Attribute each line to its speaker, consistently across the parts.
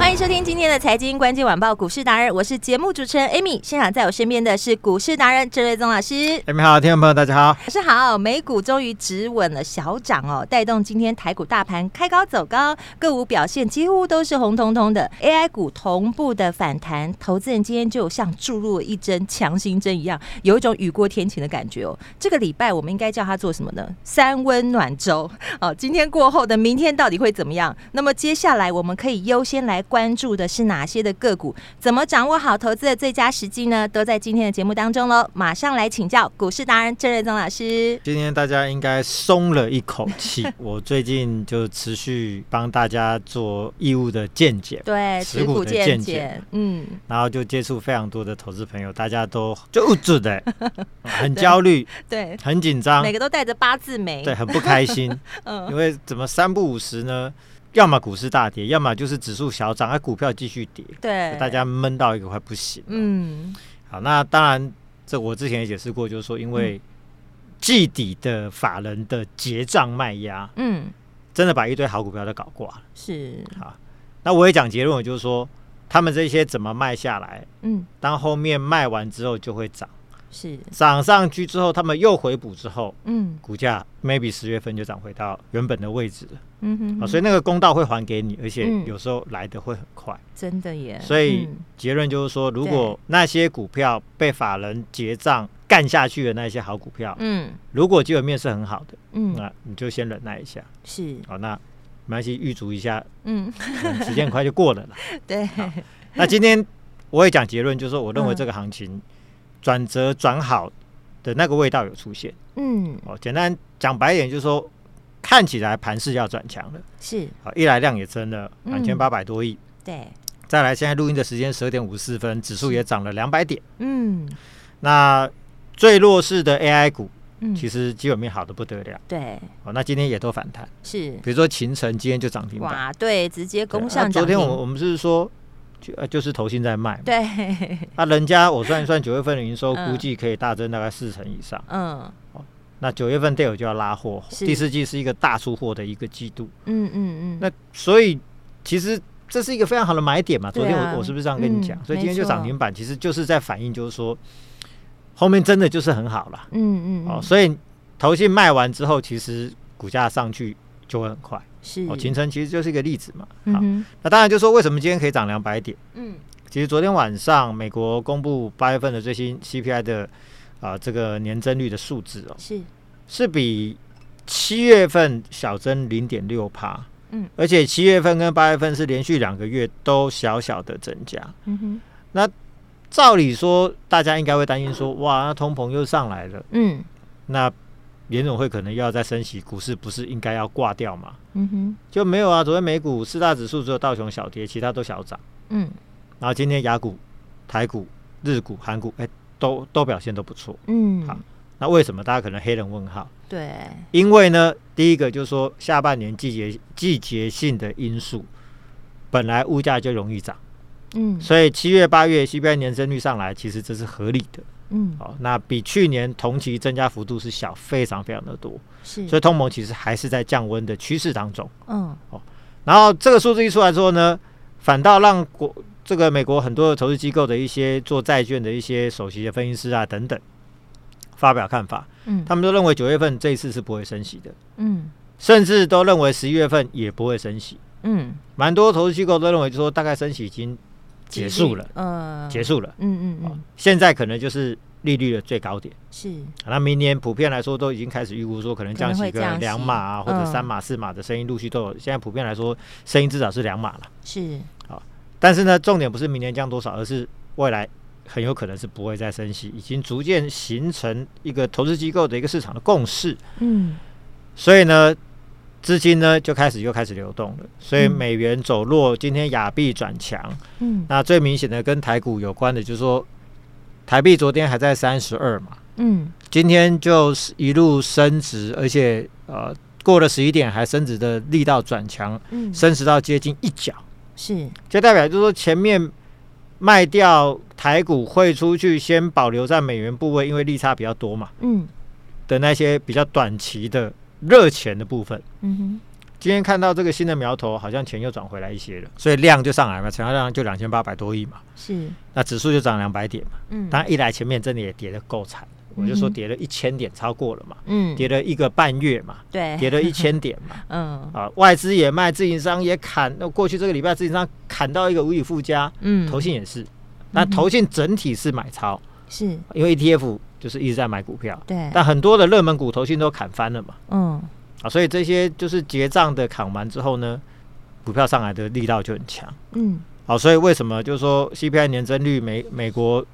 Speaker 1: 欢迎收听今天的财经关键晚报股市达人，我是节目主持人 Amy，现场在我身边的是股市达人郑瑞宗老师。
Speaker 2: 哎，你好，听众朋友，大家好。
Speaker 1: 老师好，美股终于止稳了小涨哦，带动今天台股大盘开高走高，个股表现几乎都是红彤彤的，AI 股同步的反弹，投资人今天就像注入了一针强心针一样，有一种雨过天晴的感觉哦。这个礼拜我们应该叫它做什么呢？三温暖周哦。今天过后的明天到底会怎么样？那么接下来我们可以优先来关注的是哪些的个股？怎么掌握好投资的最佳时机呢？都在今天的节目当中喽。马上来请教股市达人郑瑞宗老师。
Speaker 2: 今天大家应该松了一口气。 我最近就持续帮大家做义务的见解，
Speaker 1: 对，
Speaker 2: 持股的
Speaker 1: 见
Speaker 2: 见
Speaker 1: 解
Speaker 2: 解，
Speaker 1: 嗯，
Speaker 2: 然后就接触非常多的投资朋友，大家都就捂 住的，很焦虑，
Speaker 1: 对，
Speaker 2: 很紧张
Speaker 1: 每，个都带着八字眉，
Speaker 2: 对，很不开心，
Speaker 1: 嗯，
Speaker 2: 因为怎么三不五十呢？要么股市大跌，要么就是指数小涨，而、股票继续跌，
Speaker 1: 对，
Speaker 2: 大，家闷到一个快不行。
Speaker 1: 嗯，
Speaker 2: 好，那当然，这我之前也解释过，就是说
Speaker 1: 嗯
Speaker 2: 因为季底的法人的结账卖压。
Speaker 1: 嗯，
Speaker 2: 真的把一堆好股票都搞挂了。
Speaker 1: 是，
Speaker 2: 那我也讲结论，我就是说，他们这些怎么卖下来，
Speaker 1: 嗯，
Speaker 2: 当后面卖完之后就会涨，
Speaker 1: 是，
Speaker 2: 涨上去之后，他们又回补之后，
Speaker 1: 嗯，
Speaker 2: 股价 maybe 十月份就涨回到原本的位置了、
Speaker 1: 嗯哼
Speaker 2: 啊，
Speaker 1: 哼
Speaker 2: 所以那个公道会还给你，而且
Speaker 1: 嗯
Speaker 2: 有时候来的会很快。
Speaker 1: 真的耶，
Speaker 2: 所以
Speaker 1: 嗯
Speaker 2: 结论就是说，如果那些股票被法人结账干下去的那些好股票，
Speaker 1: 嗯
Speaker 2: 如果基本面是很好的，
Speaker 1: 嗯，
Speaker 2: 那你就先忍耐一下。
Speaker 1: 是，
Speaker 2: 好，那没关系，预足一下，
Speaker 1: 嗯，
Speaker 2: 嗯时间很快就过了啦。
Speaker 1: 对，
Speaker 2: 那今天我也讲结论，就是说我认
Speaker 1: 嗯
Speaker 2: 为这个行情转折转好的那个味道有出现
Speaker 1: 嗯，
Speaker 2: 哦。简单讲白一点，就是说看起来盘势要转强了。
Speaker 1: 是，
Speaker 2: 好，一来量也增了
Speaker 1: 嗯
Speaker 2: 两千八百多亿，
Speaker 1: 对，
Speaker 2: 再来现在录音的时间十二点五十四分，指数也涨了两百点。
Speaker 1: 嗯
Speaker 2: 那最弱势的 AI 股
Speaker 1: 嗯，
Speaker 2: 其实基本面好的不得了
Speaker 1: 对，
Speaker 2: 哦，那今天也都反弹，
Speaker 1: 是，
Speaker 2: 比如说秦城今天就涨停板。
Speaker 1: 哇，对，直接攻
Speaker 2: 对啊
Speaker 1: 上
Speaker 2: 昨
Speaker 1: 涨
Speaker 2: 天我
Speaker 1: 停，
Speaker 2: 我们是说，就呃就是投信在卖嘛，
Speaker 1: 对，
Speaker 2: 那人家我算一算，九月份的营收
Speaker 1: 嗯
Speaker 2: 估计可以大增大概四成以上。
Speaker 1: 嗯
Speaker 2: 那九月份 d a l 就要拉货，
Speaker 1: 是
Speaker 2: 第四季是一个大出货的一个季度。
Speaker 1: 嗯嗯嗯，
Speaker 2: 那所以其实这是一个非常好的买点嘛。
Speaker 1: 对啊
Speaker 2: 昨天我我是不是这样跟你讲？
Speaker 1: 嗯
Speaker 2: 所以今天就
Speaker 1: 没错
Speaker 2: 涨停板，其实就是在反映，就是说后面真的就是很好了、
Speaker 1: 嗯嗯
Speaker 2: 哦。
Speaker 1: 嗯，
Speaker 2: 所以投信卖完之后，其实股价上去就会很快。
Speaker 1: 是，
Speaker 2: 哦，秦城其实就是一个例子嘛。
Speaker 1: 嗯
Speaker 2: 好，
Speaker 1: 哼，
Speaker 2: 那当然就说为什么今天可以涨两百点？
Speaker 1: 嗯
Speaker 2: 其实昨天晚上美国公布八月份的最新 CPI 的啊、这个年增率的数字哦，
Speaker 1: 是，
Speaker 2: 是比七月份小增零点六帕，
Speaker 1: 嗯，
Speaker 2: 而且七月份跟八月份是连续两个月都小小的增加。
Speaker 1: 嗯哼，
Speaker 2: 照理说，大家应该会担心说，哇，那通膨又上来了，
Speaker 1: 嗯
Speaker 2: 那联总会可能又要再升息，股市不是应该要挂掉吗？
Speaker 1: 嗯哼，
Speaker 2: 就没有啊，昨天美股四大指数只有道琼小跌，其他都小涨。
Speaker 1: 嗯
Speaker 2: 然后今天雅股、台股、日股、韩股，哎，都都表现都不错。
Speaker 1: 嗯，
Speaker 2: 好那为什么大家可能黑人问号？
Speaker 1: 对，
Speaker 2: 因为呢，第一个就是说下半年季节季节性的因素，本来物价就容易涨，
Speaker 1: 嗯
Speaker 2: 所以七月八月 CPI 年增率上来，其实这是合理的。
Speaker 1: 嗯，
Speaker 2: 哦，那比去年同期增加幅度是小，非常非常的多，
Speaker 1: 是，
Speaker 2: 所以通膨其实还是在降温的趋势当中。
Speaker 1: 嗯
Speaker 2: 然后这个数字一出来之后呢，反倒让国这个美国很多的投资机构的一些做债券的一些首席的分析师啊等等发表看法，
Speaker 1: 嗯
Speaker 2: 他们都认为九月份这一次是不会升息的，
Speaker 1: 嗯
Speaker 2: 甚至都认为十一月份也不会升息。
Speaker 1: 嗯，
Speaker 2: 蛮多投资机构都认为说，大概升息已经
Speaker 1: 几
Speaker 2: 结
Speaker 1: 率
Speaker 2: 束了，，
Speaker 1: 呃，
Speaker 2: 结，束了、
Speaker 1: 嗯嗯
Speaker 2: 哦
Speaker 1: 嗯，
Speaker 2: 现在可能就是利率的最高点。
Speaker 1: 是，
Speaker 2: 那明年普遍来说都已经开始预估说，可能降息
Speaker 1: 可能
Speaker 2: 个
Speaker 1: 会降息
Speaker 2: 两码啊，或者
Speaker 1: 嗯
Speaker 2: 三码、四码的声音陆续都有。现在普遍来说，声音至少是两码了。
Speaker 1: 是，
Speaker 2: 但是呢，重点不是明年降多少，而是未来很有可能是不会再升息，已经逐渐形成一个投资机构的一个市场的共识。
Speaker 1: 嗯，
Speaker 2: 所以呢，资金呢就开始又开始流动了。所以
Speaker 1: 嗯
Speaker 2: 美元走弱，今天亚币转强。
Speaker 1: 嗯
Speaker 2: 那最明显的跟台股有关的，就是说台币昨天还在三十二嘛，
Speaker 1: 嗯
Speaker 2: 今天就是一路升值，而且呃过了十一点还升值的力道转强，
Speaker 1: 嗯，
Speaker 2: 升值到接近一角，
Speaker 1: 是，
Speaker 2: 就代表就是说前面。卖掉台股汇出去，先保留在美元部位，因为利差比较多嘛
Speaker 1: 嗯
Speaker 2: 的那些比较短期的热钱的部分。
Speaker 1: 嗯哼，
Speaker 2: 今天看到这个新的苗头，好像钱又转回来一些了，所以量就上来嘛，成交量就两千八百多亿嘛，
Speaker 1: 是，
Speaker 2: 那指数就涨两百点嘛。
Speaker 1: 嗯，
Speaker 2: 当然一来前面真的也跌得够惨，我就说跌了一千点超过了嘛，
Speaker 1: 嗯，
Speaker 2: 跌了一个半月嘛，
Speaker 1: 对，
Speaker 2: 跌了一千点嘛。
Speaker 1: 嗯
Speaker 2: 啊，外资也卖，自营商也砍。那过去这个礼拜，自营商砍到一个无以复加，
Speaker 1: 嗯，
Speaker 2: 投信也是。那投信整体是买超，
Speaker 1: 是，
Speaker 2: 因为 ETF 就是一直在买股票，
Speaker 1: 对，
Speaker 2: 但很多的热门股投信都砍翻了嘛。
Speaker 1: 嗯
Speaker 2: 啊，所以这些就是结账的砍完之后呢，股票上来的力道就很强。
Speaker 1: 嗯
Speaker 2: 好，所以为什么就是说 CPI 年增率美美国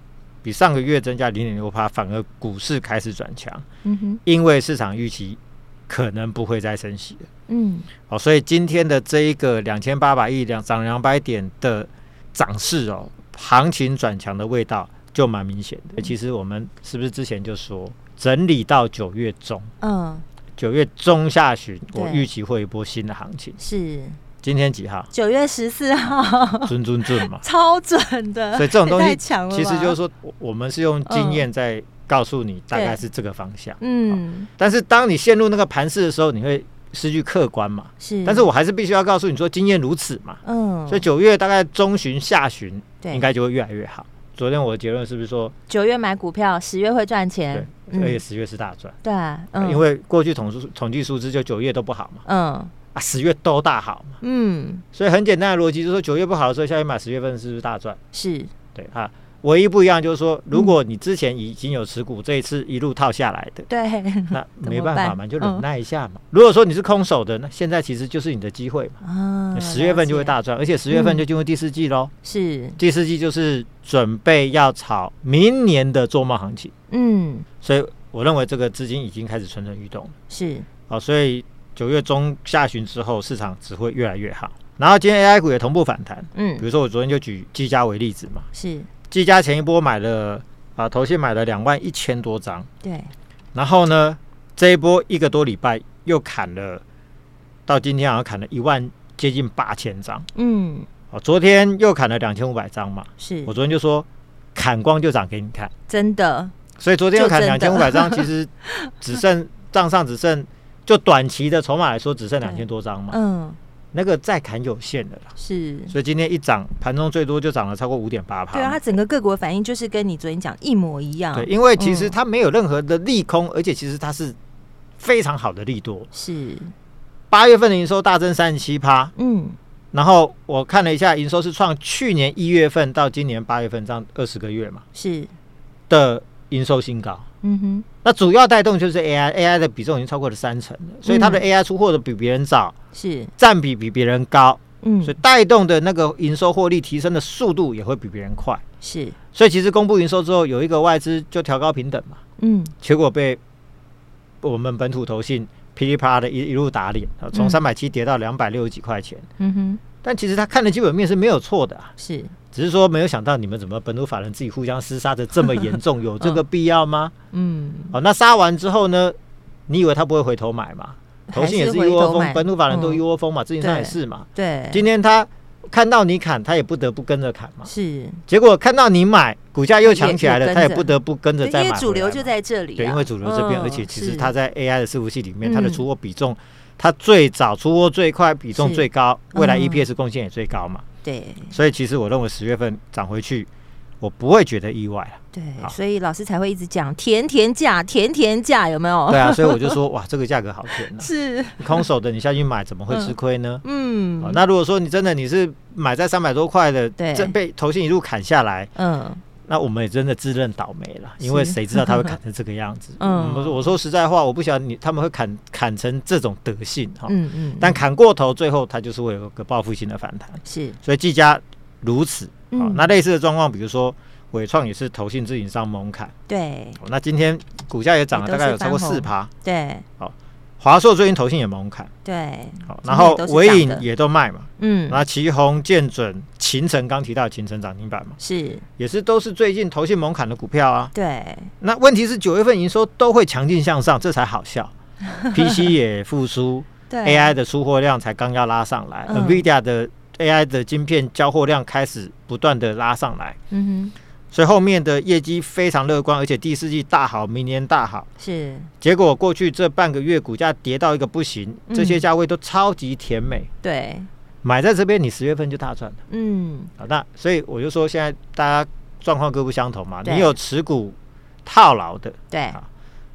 Speaker 2: 比上个月增加零点六帕，反而股市开始转强？
Speaker 1: 嗯哼，
Speaker 2: 因为市场预期可能不会再升息了。
Speaker 1: 嗯
Speaker 2: 好，所以今天的这一个两千八百亿两涨两百点的涨势哦，行情转强的味道就蛮明显
Speaker 1: 嗯
Speaker 2: 的。其实我们是不是之前就说整理到九月中？
Speaker 1: 嗯，
Speaker 2: 九月中下旬，
Speaker 1: 对
Speaker 2: 我预期会有一波新的行情。
Speaker 1: 是？
Speaker 2: 今天几 号
Speaker 1: 九月十四号，。
Speaker 2: 准准准嘛
Speaker 1: 超准的，
Speaker 2: 所以这种东
Speaker 1: 也太
Speaker 2: 西
Speaker 1: 强了吧，
Speaker 2: 其实就是说，我我们是用经验在告诉你大概是这个方向。
Speaker 1: 嗯
Speaker 2: 但是当你陷入那个盘势的时候，你会失去客观嘛。
Speaker 1: 是，
Speaker 2: 但是我还是必须要告诉你说，经验如此嘛。
Speaker 1: 嗯，
Speaker 2: 所以九月大概中旬、下旬
Speaker 1: 对
Speaker 2: 应该就会越来越好。昨天我的结论是不是说，
Speaker 1: 九月买股票，十月会赚
Speaker 2: 对
Speaker 1: 钱，，嗯
Speaker 2: 而且十月是大赚，
Speaker 1: 对啊，嗯，
Speaker 2: 因为过去统数统计数字就九月都不好嘛，
Speaker 1: 嗯
Speaker 2: 啊，十月都大好嘛。
Speaker 1: 嗯
Speaker 2: 所以很简单的逻辑就是说，九月不好的时候，下去买十月份是不是大赚？
Speaker 1: 是，
Speaker 2: 对啊，唯一不一样就是说，如果
Speaker 1: 嗯
Speaker 2: 你之前已经有持股，这一次一路套下来的，
Speaker 1: 对，
Speaker 2: 那
Speaker 1: 嗯怎么
Speaker 2: 没办法嘛，
Speaker 1: 办嗯
Speaker 2: 就忍耐一下嘛。如果说你是空手的，那现在其实就是你的机会嘛。
Speaker 1: 啊，
Speaker 2: 十月份就会
Speaker 1: 了
Speaker 2: 大赚，而且十月份
Speaker 1: 嗯
Speaker 2: 就进入第四季喽。
Speaker 1: 解，是，
Speaker 2: 第四季就是准备要炒明年的做梦行情，
Speaker 1: 嗯
Speaker 2: 所以我认为这个资金已经开始蠢蠢欲动了。
Speaker 1: 是，
Speaker 2: 好，所以九月中下旬之后，市场只会越来越好。然后今天 AI 股也同步反弹，比
Speaker 1: 嗯
Speaker 2: 如说我昨天就举技嘉为例子嘛，
Speaker 1: 是，
Speaker 2: 技嘉前一波买了啊，投信买了两万一千多张，
Speaker 1: 对，
Speaker 2: 然后呢，这一波一个多礼拜又砍了，到今天好像砍了一万接近八千张，
Speaker 1: 嗯
Speaker 2: 哦，昨天又砍了两千五百张嘛，
Speaker 1: 是
Speaker 2: 我，昨天就说砍光就涨给你看，
Speaker 1: 真的，
Speaker 2: 所以昨天又砍
Speaker 1: 就
Speaker 2: 两
Speaker 1: 真的
Speaker 2: 千五百张，其实只剩账上只剩就短期的筹码来说只剩两千多张嘛，
Speaker 1: 嗯
Speaker 2: 那个再砍有限的啦。
Speaker 1: 是。
Speaker 2: 所以今天一涨，盘中最多就涨了超过五点八趴。
Speaker 1: 对啊，它整个各国反应就是跟你昨天讲一模一样。
Speaker 2: 对，因为其
Speaker 1: 嗯
Speaker 2: 实它没有任何的利空，而且其实它是非常好的利多。
Speaker 1: 是，
Speaker 2: 八月份的营收大增三十七趴，
Speaker 1: 嗯
Speaker 2: 然后我看了一下，营收是创去年一月份到今年八月份这样二十个月嘛
Speaker 1: 是，
Speaker 2: 的营收新高。
Speaker 1: 嗯哼，
Speaker 2: 那主要带动就是 AI，AI 的比重已经超过了三成了，所以它的
Speaker 1: 嗯
Speaker 2: AI 出货的比别人早，
Speaker 1: 是，
Speaker 2: 占比比别人高，
Speaker 1: 嗯
Speaker 2: 所以带动的那个营收获利提升的速度也会比别人快。
Speaker 1: 是，
Speaker 2: 所以其实公布营收之后，有一个外资就调高平等嘛，
Speaker 1: 嗯
Speaker 2: 结果被我们本土投信噼里啪啦的一一路打脸，啊从
Speaker 1: 嗯
Speaker 2: 三百七跌到两百六十几块钱。
Speaker 1: 嗯哼，
Speaker 2: 但其实他看的基本面是没有错的、啊，
Speaker 1: 是，
Speaker 2: 只是说没有想到你们怎么本土法人自己互相厮杀的这么严 重，有这个必要吗？
Speaker 1: 嗯
Speaker 2: 哦，那杀完之后呢？你以为他不会回头买吗？投信也是一窝
Speaker 1: 还是回头
Speaker 2: 蜂
Speaker 1: 买，
Speaker 2: 本土法人都
Speaker 1: 嗯
Speaker 2: 一窝蜂嘛，自营商
Speaker 1: 对
Speaker 2: 也是嘛。
Speaker 1: 对，
Speaker 2: 今天他看到你砍，他也不得不跟着砍嘛。
Speaker 1: 是，
Speaker 2: 结果看到你买，股价又强起来
Speaker 1: 也
Speaker 2: 了，
Speaker 1: 也跟
Speaker 2: 他
Speaker 1: 着
Speaker 2: 也不得不跟着
Speaker 1: 对
Speaker 2: 再
Speaker 1: 因
Speaker 2: 买。
Speaker 1: 为主流就。在这里啊，
Speaker 2: 对，因为主流这边，
Speaker 1: 嗯
Speaker 2: 而且其实
Speaker 1: 是
Speaker 2: 它在 AI 的伺服器里面，
Speaker 1: 嗯
Speaker 2: 它的出货比重，它最早出货最快，比重
Speaker 1: 是
Speaker 2: 最高，未来
Speaker 1: 嗯
Speaker 2: EPS 贡献也最高嘛。
Speaker 1: 对
Speaker 2: 所以其实我认为十月份涨回去，我不会觉得意外啊。
Speaker 1: 对，
Speaker 2: 好
Speaker 1: 所以老师才会一直讲甜甜价，甜甜价有没有？
Speaker 2: 对啊，所以我就说哇，这个价格好甜啊！
Speaker 1: 哦 是，
Speaker 2: 空手的你下去买怎么会吃亏呢？哦
Speaker 1: 嗯
Speaker 2: 好，那如果说你真的你是买在三百多块的，
Speaker 1: 对
Speaker 2: 这被投信一路砍下来，
Speaker 1: 嗯
Speaker 2: 那我们也真的自认倒霉了，因为
Speaker 1: 是？
Speaker 2: 谁知道他会砍成这个样子
Speaker 1: 嗯
Speaker 2: 我说我说实在话，我不晓得你他们会砍砍成这种德性哈，
Speaker 1: 嗯嗯，
Speaker 2: 但砍过头，最后它就是会有个报复性的反弹。
Speaker 1: 是，
Speaker 2: 所以技嘉如此，好、
Speaker 1: 嗯
Speaker 2: 那类似的状况，比如说伟创也是投信自营商猛砍、
Speaker 1: 对
Speaker 2: 哦那今天股价也涨了
Speaker 1: 也
Speaker 2: 大
Speaker 1: 都是
Speaker 2: 概有超过
Speaker 1: 翻
Speaker 2: 四
Speaker 1: 红
Speaker 2: 趴。
Speaker 1: 对
Speaker 2: 华硕最近投信也猛砍，
Speaker 1: 对，
Speaker 2: 好，然后
Speaker 1: 今天也都是
Speaker 2: 伟
Speaker 1: 涨
Speaker 2: 影
Speaker 1: 的
Speaker 2: 也都卖嘛，
Speaker 1: 嗯，
Speaker 2: 那旗宏、建准、秦城刚提到的秦城涨停板嘛，
Speaker 1: 是，
Speaker 2: 也是都是最近投信猛砍的股票啊。
Speaker 1: 对，
Speaker 2: 那问题是九月份营收都会强劲向上，这才 好笑。PC 也复苏
Speaker 1: 对
Speaker 2: ，AI 的出货量才刚要拉上来、
Speaker 1: 嗯
Speaker 2: n v i d i a 的 AI 的晶片交货量开始不断的拉上来，
Speaker 1: 嗯
Speaker 2: 所以后面的业绩非常乐观，而且第四季大好，明年大好。
Speaker 1: 哼，是，
Speaker 2: 结果过去这半个月股价跌到一个不行，
Speaker 1: 嗯
Speaker 2: 这些价位都超级甜美，
Speaker 1: 对，
Speaker 2: 买在这边你十月份就大赚了。
Speaker 1: 嗯，
Speaker 2: 好，那所以我就说现在大家状况各不相同嘛，
Speaker 1: 对
Speaker 2: 你有持股套牢的，
Speaker 1: 对
Speaker 2: 好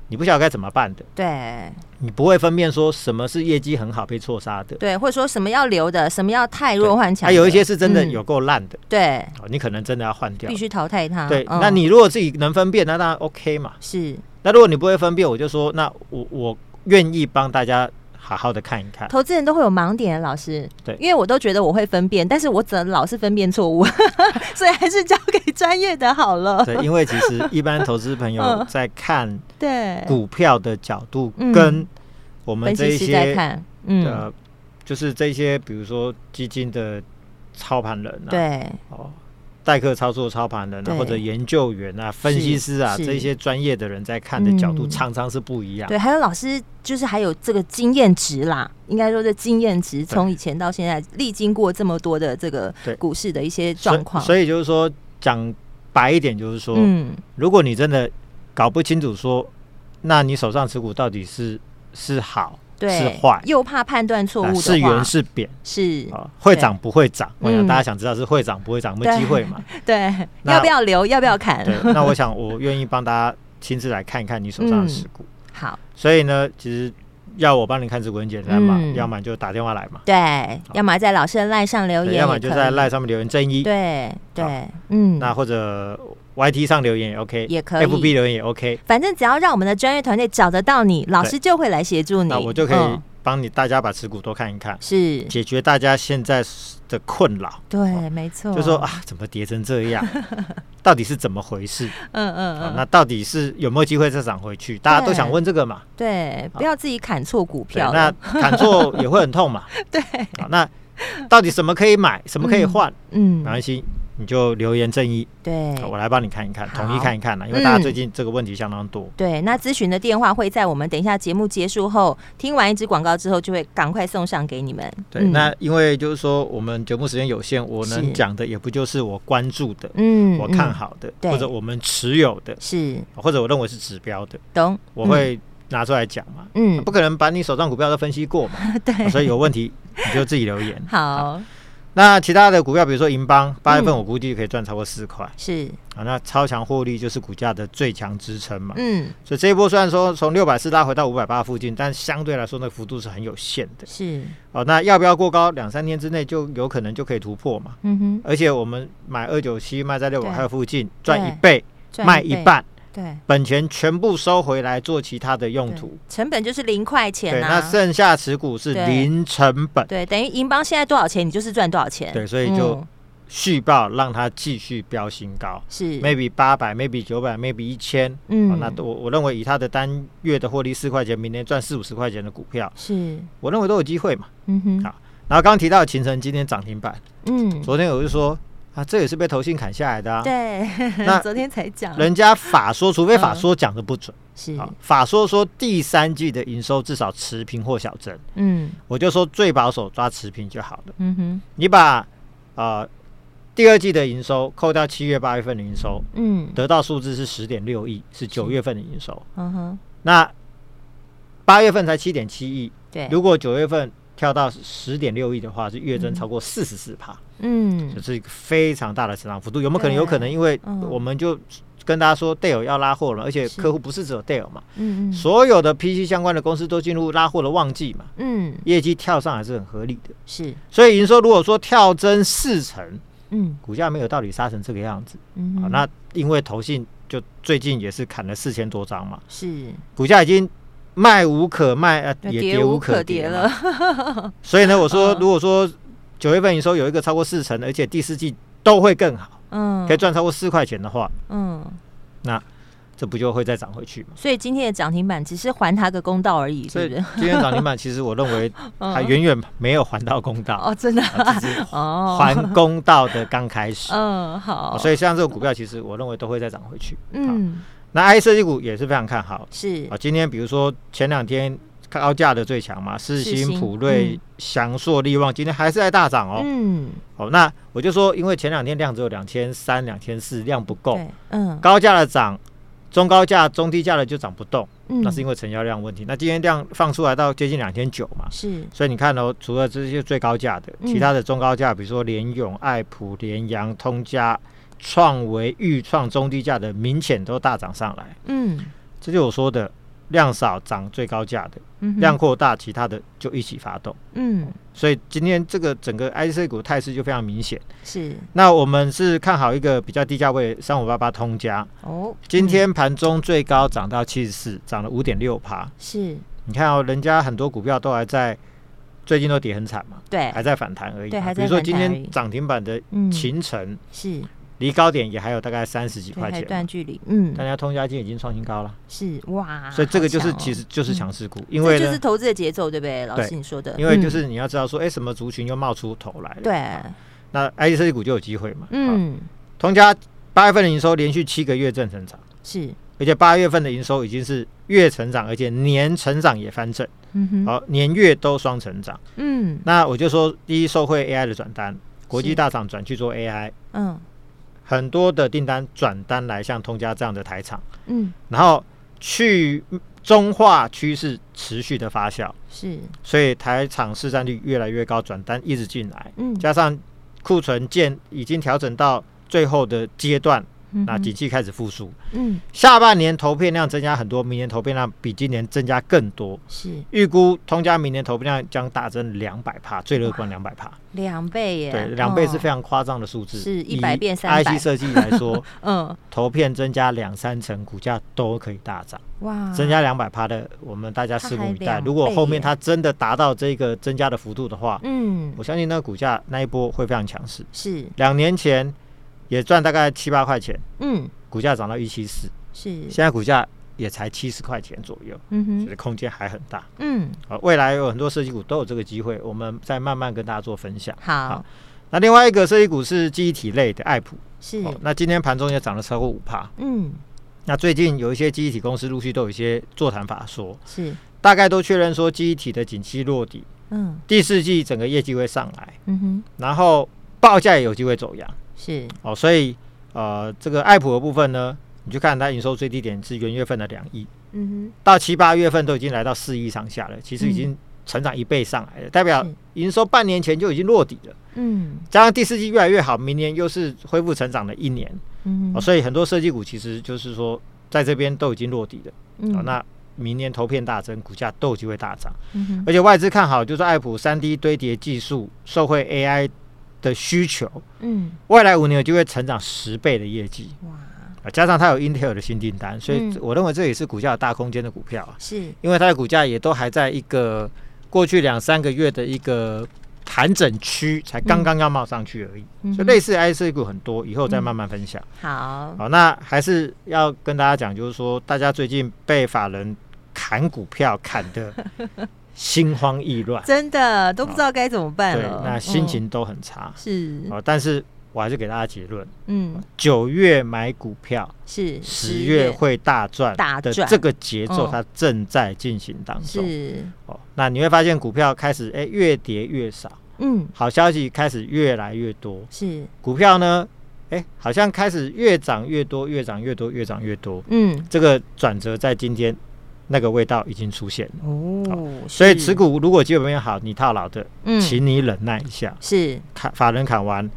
Speaker 2: 你不晓得该怎么办的。
Speaker 1: 对
Speaker 2: 你不会分辨说什么是业绩很好被错杀的，
Speaker 1: 对，或者说什么要留的，什么要太弱换强
Speaker 2: 还
Speaker 1: 的，
Speaker 2: 啊有一些是真的
Speaker 1: 嗯
Speaker 2: 有够烂的，
Speaker 1: 对，
Speaker 2: 哦你可能真的要换掉
Speaker 1: 必。须淘汰它。
Speaker 2: 对，
Speaker 1: 嗯
Speaker 2: 那你如果自己能分辨，那当然 OK 嘛。
Speaker 1: 是
Speaker 2: 那如果你不会分辨，我就说，那我我愿意帮大家好好的看一 看。
Speaker 1: 投资人都会有盲点，老师。
Speaker 2: 啊对
Speaker 1: 因为我都觉得我会分辨，但是我怎老是分辨错误， 所以还是交给专业的好了。
Speaker 2: 对，因为其实一般投资朋 友
Speaker 1: 嗯
Speaker 2: 在看
Speaker 1: 对，
Speaker 2: 股票的角度
Speaker 1: 嗯，
Speaker 2: 跟我
Speaker 1: 分
Speaker 2: 们这
Speaker 1: 析
Speaker 2: 一
Speaker 1: 师在
Speaker 2: 些
Speaker 1: 看，嗯，
Speaker 2: 呃，就是这些比如说基金的操盘人啊，
Speaker 1: 对，
Speaker 2: 哦，代客操作操盘人啊，
Speaker 1: 对
Speaker 2: 或者研究员啊、分析师啊
Speaker 1: 是
Speaker 2: 这些专业的人在看的角度，
Speaker 1: 嗯
Speaker 2: 常常是不一样。
Speaker 1: 对，还有老师就是还有这个经验值啦，应该说这经验值从以前到现在，历经过这么多的这个
Speaker 2: 对
Speaker 1: 股市的一些
Speaker 2: 所以
Speaker 1: 状况，
Speaker 2: 所以就是说，讲白一点，就是说，
Speaker 1: 嗯，
Speaker 2: 如果你真的搞不清楚说，那你手上持股到底是是好是
Speaker 1: 对，
Speaker 2: 坏，
Speaker 1: 又怕判断错误
Speaker 2: 啊
Speaker 1: 的话，
Speaker 2: 是圆是扁
Speaker 1: 是
Speaker 2: 啊，会
Speaker 1: 对
Speaker 2: 涨不会涨？我想
Speaker 1: 嗯
Speaker 2: 大家想知道是会涨不会涨，有没有
Speaker 1: 对
Speaker 2: 机会 嘛？
Speaker 1: 对，
Speaker 2: 那
Speaker 1: 要不要留，要不要砍？
Speaker 2: 对，那我想我愿意帮大家亲自来看一看你手上的持股。
Speaker 1: 好，
Speaker 2: 所以呢，其实要我帮你看持股很简单嘛，
Speaker 1: 嗯
Speaker 2: 要么你就打电话来嘛。
Speaker 1: 对，要么在老师的赖上留
Speaker 2: 对
Speaker 1: 言，
Speaker 2: 要么就在。赖上面留言正一，
Speaker 1: 对对
Speaker 2: 好，
Speaker 1: 嗯，
Speaker 2: 那或者 YT 上留言也 OK，
Speaker 1: 也可以
Speaker 2: ，FB 留言也 OK，
Speaker 1: 反正只要让我们的专业团队找得到你，老师就会来协助你。
Speaker 2: 那我就可以
Speaker 1: 嗯
Speaker 2: 帮你大家把持股多看一看，
Speaker 1: 是，
Speaker 2: 解决大家现在的困扰，
Speaker 1: 对，没错，
Speaker 2: 就说，啊，怎么跌成这 样？到底是怎么回事、
Speaker 1: 嗯嗯
Speaker 2: 啊
Speaker 1: 嗯，？
Speaker 2: 那到底是有没有机会再涨回去？大家都想问这个嘛？
Speaker 1: 对，
Speaker 2: 好
Speaker 1: 不要自己砍错股
Speaker 2: 对，
Speaker 1: 票
Speaker 2: 那
Speaker 1: 了。
Speaker 2: 砍错也会很痛嘛？
Speaker 1: 对，
Speaker 2: 啊，那到底什么可以买，什么可以换？
Speaker 1: 嗯
Speaker 2: 没，关系，你就留言正一，
Speaker 1: 对
Speaker 2: 啊我来帮你看一看，
Speaker 1: 好
Speaker 2: 统一看一看啦，因为
Speaker 1: 嗯
Speaker 2: 大家最近这个问题相当多。
Speaker 1: 对。那咨询的电话会在我们等一下节目结束后，听完一支广告之后，就会赶快送上给你们。
Speaker 2: 对，
Speaker 1: 嗯
Speaker 2: 那因为就是说我们节目时间有限，我
Speaker 1: 是
Speaker 2: 能讲的也不就是我关注的、
Speaker 1: 嗯，
Speaker 2: 我看
Speaker 1: 嗯
Speaker 2: 好的，
Speaker 1: 对
Speaker 2: 或者我们持有的，
Speaker 1: 是
Speaker 2: 或者我认为是指标的，
Speaker 1: 懂，
Speaker 2: 我会拿出来讲嘛。
Speaker 1: 嗯嗯
Speaker 2: 啊不可能把你手上股票都分析过嘛， 哦
Speaker 1: 对，
Speaker 2: 所以有问题你就自己留言。
Speaker 1: 好
Speaker 2: 那其他的股票，比如说银
Speaker 1: 嗯
Speaker 2: 邦，八月份我估计可以赚超过四块、
Speaker 1: 是
Speaker 2: 啊。那超强获利就是股价的最强支撑嘛。
Speaker 1: 嗯
Speaker 2: 所以这一波虽然说从六百四拉回到五百八附近，但相对来说那个幅度是很有限的。
Speaker 1: 是
Speaker 2: 哦，那要不要过高？两三天之内就有可能就可以突破嘛。
Speaker 1: 嗯哼
Speaker 2: 而且我们买二九七卖在六百块附近，
Speaker 1: 对
Speaker 2: 赚一倍，，
Speaker 1: 赚
Speaker 2: 卖一
Speaker 1: 倍
Speaker 2: 半，
Speaker 1: 对。
Speaker 2: 本钱全部收回来做其他的用
Speaker 1: 对
Speaker 2: 途。
Speaker 1: 成本就是零块
Speaker 2: 对，
Speaker 1: 钱
Speaker 2: 那
Speaker 1: 啊。
Speaker 2: 剩下持股是
Speaker 1: 对
Speaker 2: 零成本，
Speaker 1: 对，等于银邦现在多少钱，你就是赚多少钱。
Speaker 2: 对所以就
Speaker 1: 嗯
Speaker 2: 续报让它继续飙新高
Speaker 1: 是，嗯
Speaker 2: ，maybe 八百，maybe 九百，maybe 一千。哦，那我我认为以它的单月的获利四块钱，明年赚四五十块钱的股票，
Speaker 1: 是，
Speaker 2: 我认为都有机会嘛。
Speaker 1: 嗯哼，
Speaker 2: 好然后刚刚提到秦城今天涨停板，
Speaker 1: 嗯，
Speaker 2: 昨天我就说啊，这也是被投信砍下来的啊。那
Speaker 1: 对，昨天才讲，
Speaker 2: 人家法说，除非法
Speaker 1: 嗯
Speaker 2: 说讲的不准、
Speaker 1: 是，
Speaker 2: 啊，法说说第三季的营收至少持平或小增，
Speaker 1: 嗯
Speaker 2: 我就说最保守抓持平就好了。
Speaker 1: 嗯哼，
Speaker 2: 你把呃第二季的营收扣掉七月八月份的营收，
Speaker 1: 嗯
Speaker 2: 得到数字是十点六亿，是九月份的营收。
Speaker 1: 嗯哼，
Speaker 2: 那八月份才七点七亿，
Speaker 1: 对，
Speaker 2: 如果九月份跳到十点六亿的话，是月增超过四十四趴，
Speaker 1: 嗯
Speaker 2: 这、是一个非常大的成长幅度。有没有可能？
Speaker 1: 对
Speaker 2: 有可能，因为
Speaker 1: 嗯
Speaker 2: 我们就跟大家说 d a l 要拉货了，而且
Speaker 1: 是
Speaker 2: 客户不是只有 d a l 嘛，
Speaker 1: 嗯嗯
Speaker 2: 所有的 PC 相关的公司都进入拉货的旺季嘛，
Speaker 1: 嗯
Speaker 2: 业绩跳上还是很合理的。
Speaker 1: 是，
Speaker 2: 所以营收如果说跳增四成，
Speaker 1: 嗯
Speaker 2: 股价没有道理杀成这个样子。
Speaker 1: 嗯
Speaker 2: 好，
Speaker 1: 哼，
Speaker 2: 那因为投信就最近也是砍了四千多张嘛，
Speaker 1: 是
Speaker 2: 股价已经卖无可卖，呃、也
Speaker 1: 跌
Speaker 2: 跌
Speaker 1: 无
Speaker 2: 无
Speaker 1: 可
Speaker 2: 可
Speaker 1: 跌
Speaker 2: 跌
Speaker 1: 了
Speaker 2: 嘛。， 所以呢，我说
Speaker 1: 嗯
Speaker 2: 如果说九月份营收有一个超过四成，而且第四季都会更好，
Speaker 1: 嗯
Speaker 2: 可以赚超过四块钱的话，
Speaker 1: 嗯，
Speaker 2: 那这不就会再涨回去吗？
Speaker 1: 所以今天的涨停板只是还他个公道而已，
Speaker 2: 所
Speaker 1: 是
Speaker 2: 以
Speaker 1: 不是？
Speaker 2: 今天涨停板，其实我认为 还
Speaker 1: 嗯
Speaker 2: 远远没有还到公 道，
Speaker 1: 哦，真的
Speaker 2: 啊只是
Speaker 1: 哦，
Speaker 2: 还公道的刚 开始。
Speaker 1: 嗯
Speaker 2: 啊
Speaker 1: 好，
Speaker 2: 所
Speaker 1: 以
Speaker 2: 以像这种股票，其实我认为都会再涨回去。啊，
Speaker 1: 嗯
Speaker 2: 那 I 设计股也是非常看好
Speaker 1: 是
Speaker 2: 啊。今天比如说前两天高价的最强嘛，世
Speaker 1: 世
Speaker 2: 新、
Speaker 1: 新
Speaker 2: 普瑞
Speaker 1: 嗯、
Speaker 2: 翔硕、力旺，今天还是在大涨哦。
Speaker 1: 嗯
Speaker 2: 哦，那我就说，因为前两天量只有两千三、两千四，量不够，
Speaker 1: 对嗯
Speaker 2: 高价的涨，中高价、中低价的就涨不动，
Speaker 1: 嗯
Speaker 2: 那是因为成交量问题。那今天量放出来到接近两千九嘛，
Speaker 1: 是
Speaker 2: 所以你看哦，除了这些最高价的，
Speaker 1: 嗯
Speaker 2: 其他的中高价，比如说联永、爱普、联阳、通家、创维、裕创，中低价的明显都大涨上来。
Speaker 1: 嗯
Speaker 2: 这就是我说的量少涨最高价的，
Speaker 1: 嗯哼
Speaker 2: 量扩大，其他的就一起发动。
Speaker 1: 嗯
Speaker 2: 所以今天这个整个 IC 股态势就非常明显。
Speaker 1: 是
Speaker 2: 那我们是看好一个比较低价位三五八八通家，
Speaker 1: 哦，
Speaker 2: 今
Speaker 1: 嗯
Speaker 2: 天盘中最高涨到七十四，涨了五点六趴。
Speaker 1: 是
Speaker 2: 你看哦，人家很多股票都还在，最近都跌很惨嘛，
Speaker 1: 对
Speaker 2: 还在反弹而已嘛。
Speaker 1: 哎对还
Speaker 2: 比
Speaker 1: 在
Speaker 2: 如说
Speaker 1: 反
Speaker 2: 今
Speaker 1: 弹而已
Speaker 2: 天涨停板的
Speaker 1: 嗯
Speaker 2: 秦城，
Speaker 1: 是
Speaker 2: 离高点也还有大概三十几
Speaker 1: 对
Speaker 2: 块
Speaker 1: 还
Speaker 2: 钱
Speaker 1: 段
Speaker 2: 嘛，
Speaker 1: 距离嗯
Speaker 2: 但人家通家金已经创新高了，
Speaker 1: 是哇，
Speaker 2: 所以这个
Speaker 1: 好
Speaker 2: 就是
Speaker 1: 强哦
Speaker 2: 其实就是强势股，因
Speaker 1: 这
Speaker 2: 为
Speaker 1: 就
Speaker 2: 呢
Speaker 1: 是，投资的节奏，对不对？老
Speaker 2: 对
Speaker 1: 师你说的，
Speaker 2: 因为
Speaker 1: 嗯
Speaker 2: 就是你要知道说，哎，什么族群又冒出头来了，
Speaker 1: 对，
Speaker 2: 那 I C 设计股就有机会嘛。啊，
Speaker 1: 嗯
Speaker 2: 通家八月份的营收连续七个月正成长。
Speaker 1: 是
Speaker 2: 而且八月份的营收已经是月成长，而且年成长也翻正，
Speaker 1: 嗯哼
Speaker 2: 好、年月都双成长。
Speaker 1: 嗯
Speaker 2: 那我就说，第一受惠 AI 的转单，国际
Speaker 1: 是
Speaker 2: 大厂转去做 AI，
Speaker 1: 嗯
Speaker 2: 很多的订单转单来像通家这样的台厂，
Speaker 1: 嗯
Speaker 2: 然后去中化趋势持续的发酵，
Speaker 1: 是
Speaker 2: 所以台厂市占率越来越高，转单一直进来，
Speaker 1: 嗯
Speaker 2: 加上库存建已经调整到最后的阶段，
Speaker 1: 嗯
Speaker 2: 那
Speaker 1: 哼
Speaker 2: 景气开始复苏。
Speaker 1: 嗯
Speaker 2: 下半年投片量增加很多，明年投片量比今年增加更多。
Speaker 1: 是
Speaker 2: 预估通家明年投片量将大增两百帕，最乐观两百帕，
Speaker 1: 两倍耶，
Speaker 2: 对，两倍
Speaker 1: 哦
Speaker 2: 是非常夸张的数字。
Speaker 1: 是100变
Speaker 2: 以
Speaker 1: 300
Speaker 2: IC 设计来说，
Speaker 1: 嗯
Speaker 2: 投片增加两三成，股价都可以大涨。
Speaker 1: 哇，
Speaker 2: 增加两百帕的，我们大家
Speaker 1: 嗯它
Speaker 2: 拭
Speaker 1: 还
Speaker 2: 目以
Speaker 1: 两
Speaker 2: 待。
Speaker 1: 倍
Speaker 2: 如果后面
Speaker 1: 耶
Speaker 2: 它真的达到这个增加的幅度的话，
Speaker 1: 嗯
Speaker 2: 我相信那个股价那一波会非常强势。
Speaker 1: 是
Speaker 2: 两年前也赚大概七八块钱，
Speaker 1: 嗯
Speaker 2: 股价涨到一七四，
Speaker 1: 是
Speaker 2: 现在股价也才七十块钱左右。
Speaker 1: 嗯
Speaker 2: 觉
Speaker 1: 哼
Speaker 2: 得空间还很大。
Speaker 1: 嗯
Speaker 2: 啊，未来有很多设计股都有这个机会，我们再慢慢跟大家做分享。
Speaker 1: 好
Speaker 2: 那另外一个设计股是记忆体类的爱普，
Speaker 1: 是
Speaker 2: 哦，那今天盘中也涨了超过五帕。
Speaker 1: 嗯
Speaker 2: 那最近有一些记忆体公司陆续都有一些座谈法说，
Speaker 1: 是
Speaker 2: 大概都确认说记忆体的景气落底，
Speaker 1: 嗯
Speaker 2: 第四季整个业绩会上来，
Speaker 1: 嗯哼
Speaker 2: 然后报价也有机会走阳
Speaker 1: 是
Speaker 2: 哦。所以呃，这个爱普的部分呢，你去看它营收最低点是元月份的两亿，
Speaker 1: 嗯
Speaker 2: 到七八月份都已经来到四亿上下了，其实已经成长一倍上来了，代表
Speaker 1: 是
Speaker 2: 营收半年前就已经落底了。
Speaker 1: 哼嗯
Speaker 2: 加上第四季越来越好，明年又是恢复成长的一年、
Speaker 1: 嗯
Speaker 2: 哦，
Speaker 1: 哼
Speaker 2: 所以很多设计股其实就是说在这边都已经落底了。
Speaker 1: 嗯
Speaker 2: 哦，那明年投片大增，股价都有机会大涨，
Speaker 1: 嗯哼
Speaker 2: 而且外资看好就是爱普三 D 堆叠技术受惠 AI 的需求，
Speaker 1: 嗯
Speaker 2: 未来五年有机会成长十倍的业绩
Speaker 1: 哇
Speaker 2: 啊，加上它有 Intel 的新订单，所以
Speaker 1: 嗯
Speaker 2: 我认为这也是股价有大空间的股票啊。
Speaker 1: 是
Speaker 2: 因为它的股价也都还在一个过去两三个月的一个盘整区，才刚刚要冒上去而已。
Speaker 1: 嗯
Speaker 2: 所以类似 IC 股很多，以后再慢慢分享。
Speaker 1: 好
Speaker 2: 好，那还是要跟大家讲，就是说大家最近被法人砍股票砍 的心慌意乱，
Speaker 1: 真的都不知道该怎么办
Speaker 2: 对，
Speaker 1: 了，
Speaker 2: 那心
Speaker 1: 嗯
Speaker 2: 情都很差。
Speaker 1: 是
Speaker 2: 哦，但是我还是给大家结论：
Speaker 1: 嗯
Speaker 2: 九月买股票，
Speaker 1: 是
Speaker 2: 十月会大赚
Speaker 1: 大
Speaker 2: 的
Speaker 1: 赚
Speaker 2: 这个节奏，
Speaker 1: 嗯
Speaker 2: 它正在进行当中。
Speaker 1: 是
Speaker 2: 哦，那你会发现股票开始哎、越跌越少，
Speaker 1: 嗯
Speaker 2: 好消息开始越来越多，
Speaker 1: 是
Speaker 2: 股票呢哎、好像开始越涨越多，越涨越多，越涨越多。
Speaker 1: 嗯
Speaker 2: 这个转折在今天那个味道已经出现了，
Speaker 1: 哦，
Speaker 2: 所以
Speaker 1: 是
Speaker 2: 持股如果基本面好，你套牢的，
Speaker 1: 嗯
Speaker 2: 请你忍耐一下，
Speaker 1: 是
Speaker 2: 砍法人砍完。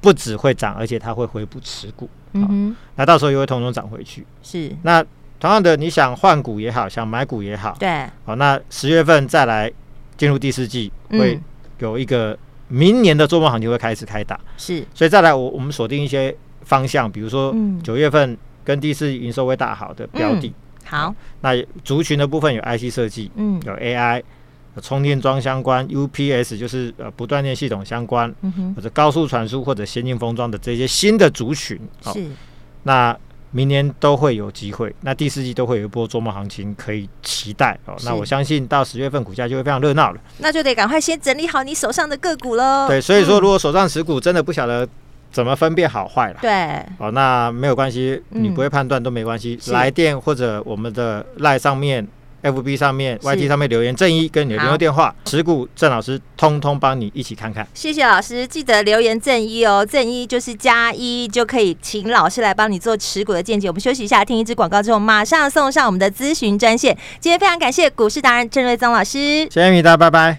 Speaker 2: 不只会涨，而且它会回补持股，
Speaker 1: 嗯哼
Speaker 2: 那到时候又会通通涨回去。
Speaker 1: 是
Speaker 2: 那同样的，你想换股也好，想买股也好，
Speaker 1: 对
Speaker 2: 好，那十月份再来进入第四季，
Speaker 1: 嗯
Speaker 2: 会有一个明年的做梦行情会开始开打，
Speaker 1: 是
Speaker 2: 所以再来我我们锁定一些方向，比如说
Speaker 1: 嗯
Speaker 2: 九月份跟第四季营收会大好的标的，
Speaker 1: 好
Speaker 2: 那族群的部分有 IC 设计，
Speaker 1: 嗯
Speaker 2: 有 AI，充电桩相关、UPS 就是呃不断电系统相关，
Speaker 1: 嗯哼，
Speaker 2: 或者高速传输或者先进封装的这些新的族群。好，
Speaker 1: 是
Speaker 2: 那明年都会有机会，那第四季都会有一波周末行情可以期待哦。
Speaker 1: 是
Speaker 2: 那我相信到十月份股价就会非常热闹了。
Speaker 1: 那就得赶快先整理好你手上的个股喽。
Speaker 2: 对，所以说
Speaker 1: 嗯
Speaker 2: 如果手上持股真的不晓得怎么分辨好坏了。
Speaker 1: 对，
Speaker 2: 哦，那没有关系，
Speaker 1: 嗯
Speaker 2: 你不会判断都没关系。
Speaker 1: 是
Speaker 2: 来电或者我们的 LINE 上面、FB 上面、
Speaker 1: 是
Speaker 2: YT 上面留言正一跟你的
Speaker 1: 好
Speaker 2: 联络电话，持股郑老师通通帮你一起看看。
Speaker 1: 谢谢老师，记得留言正一哦，正一就是加一就可以请老师来帮你做持股的见解。我们休息一下，听一支广告之后，马上送上我们的咨询专线。今天非常感谢股市达人郑瑞宗老师。
Speaker 2: 谢谢米大，拜拜。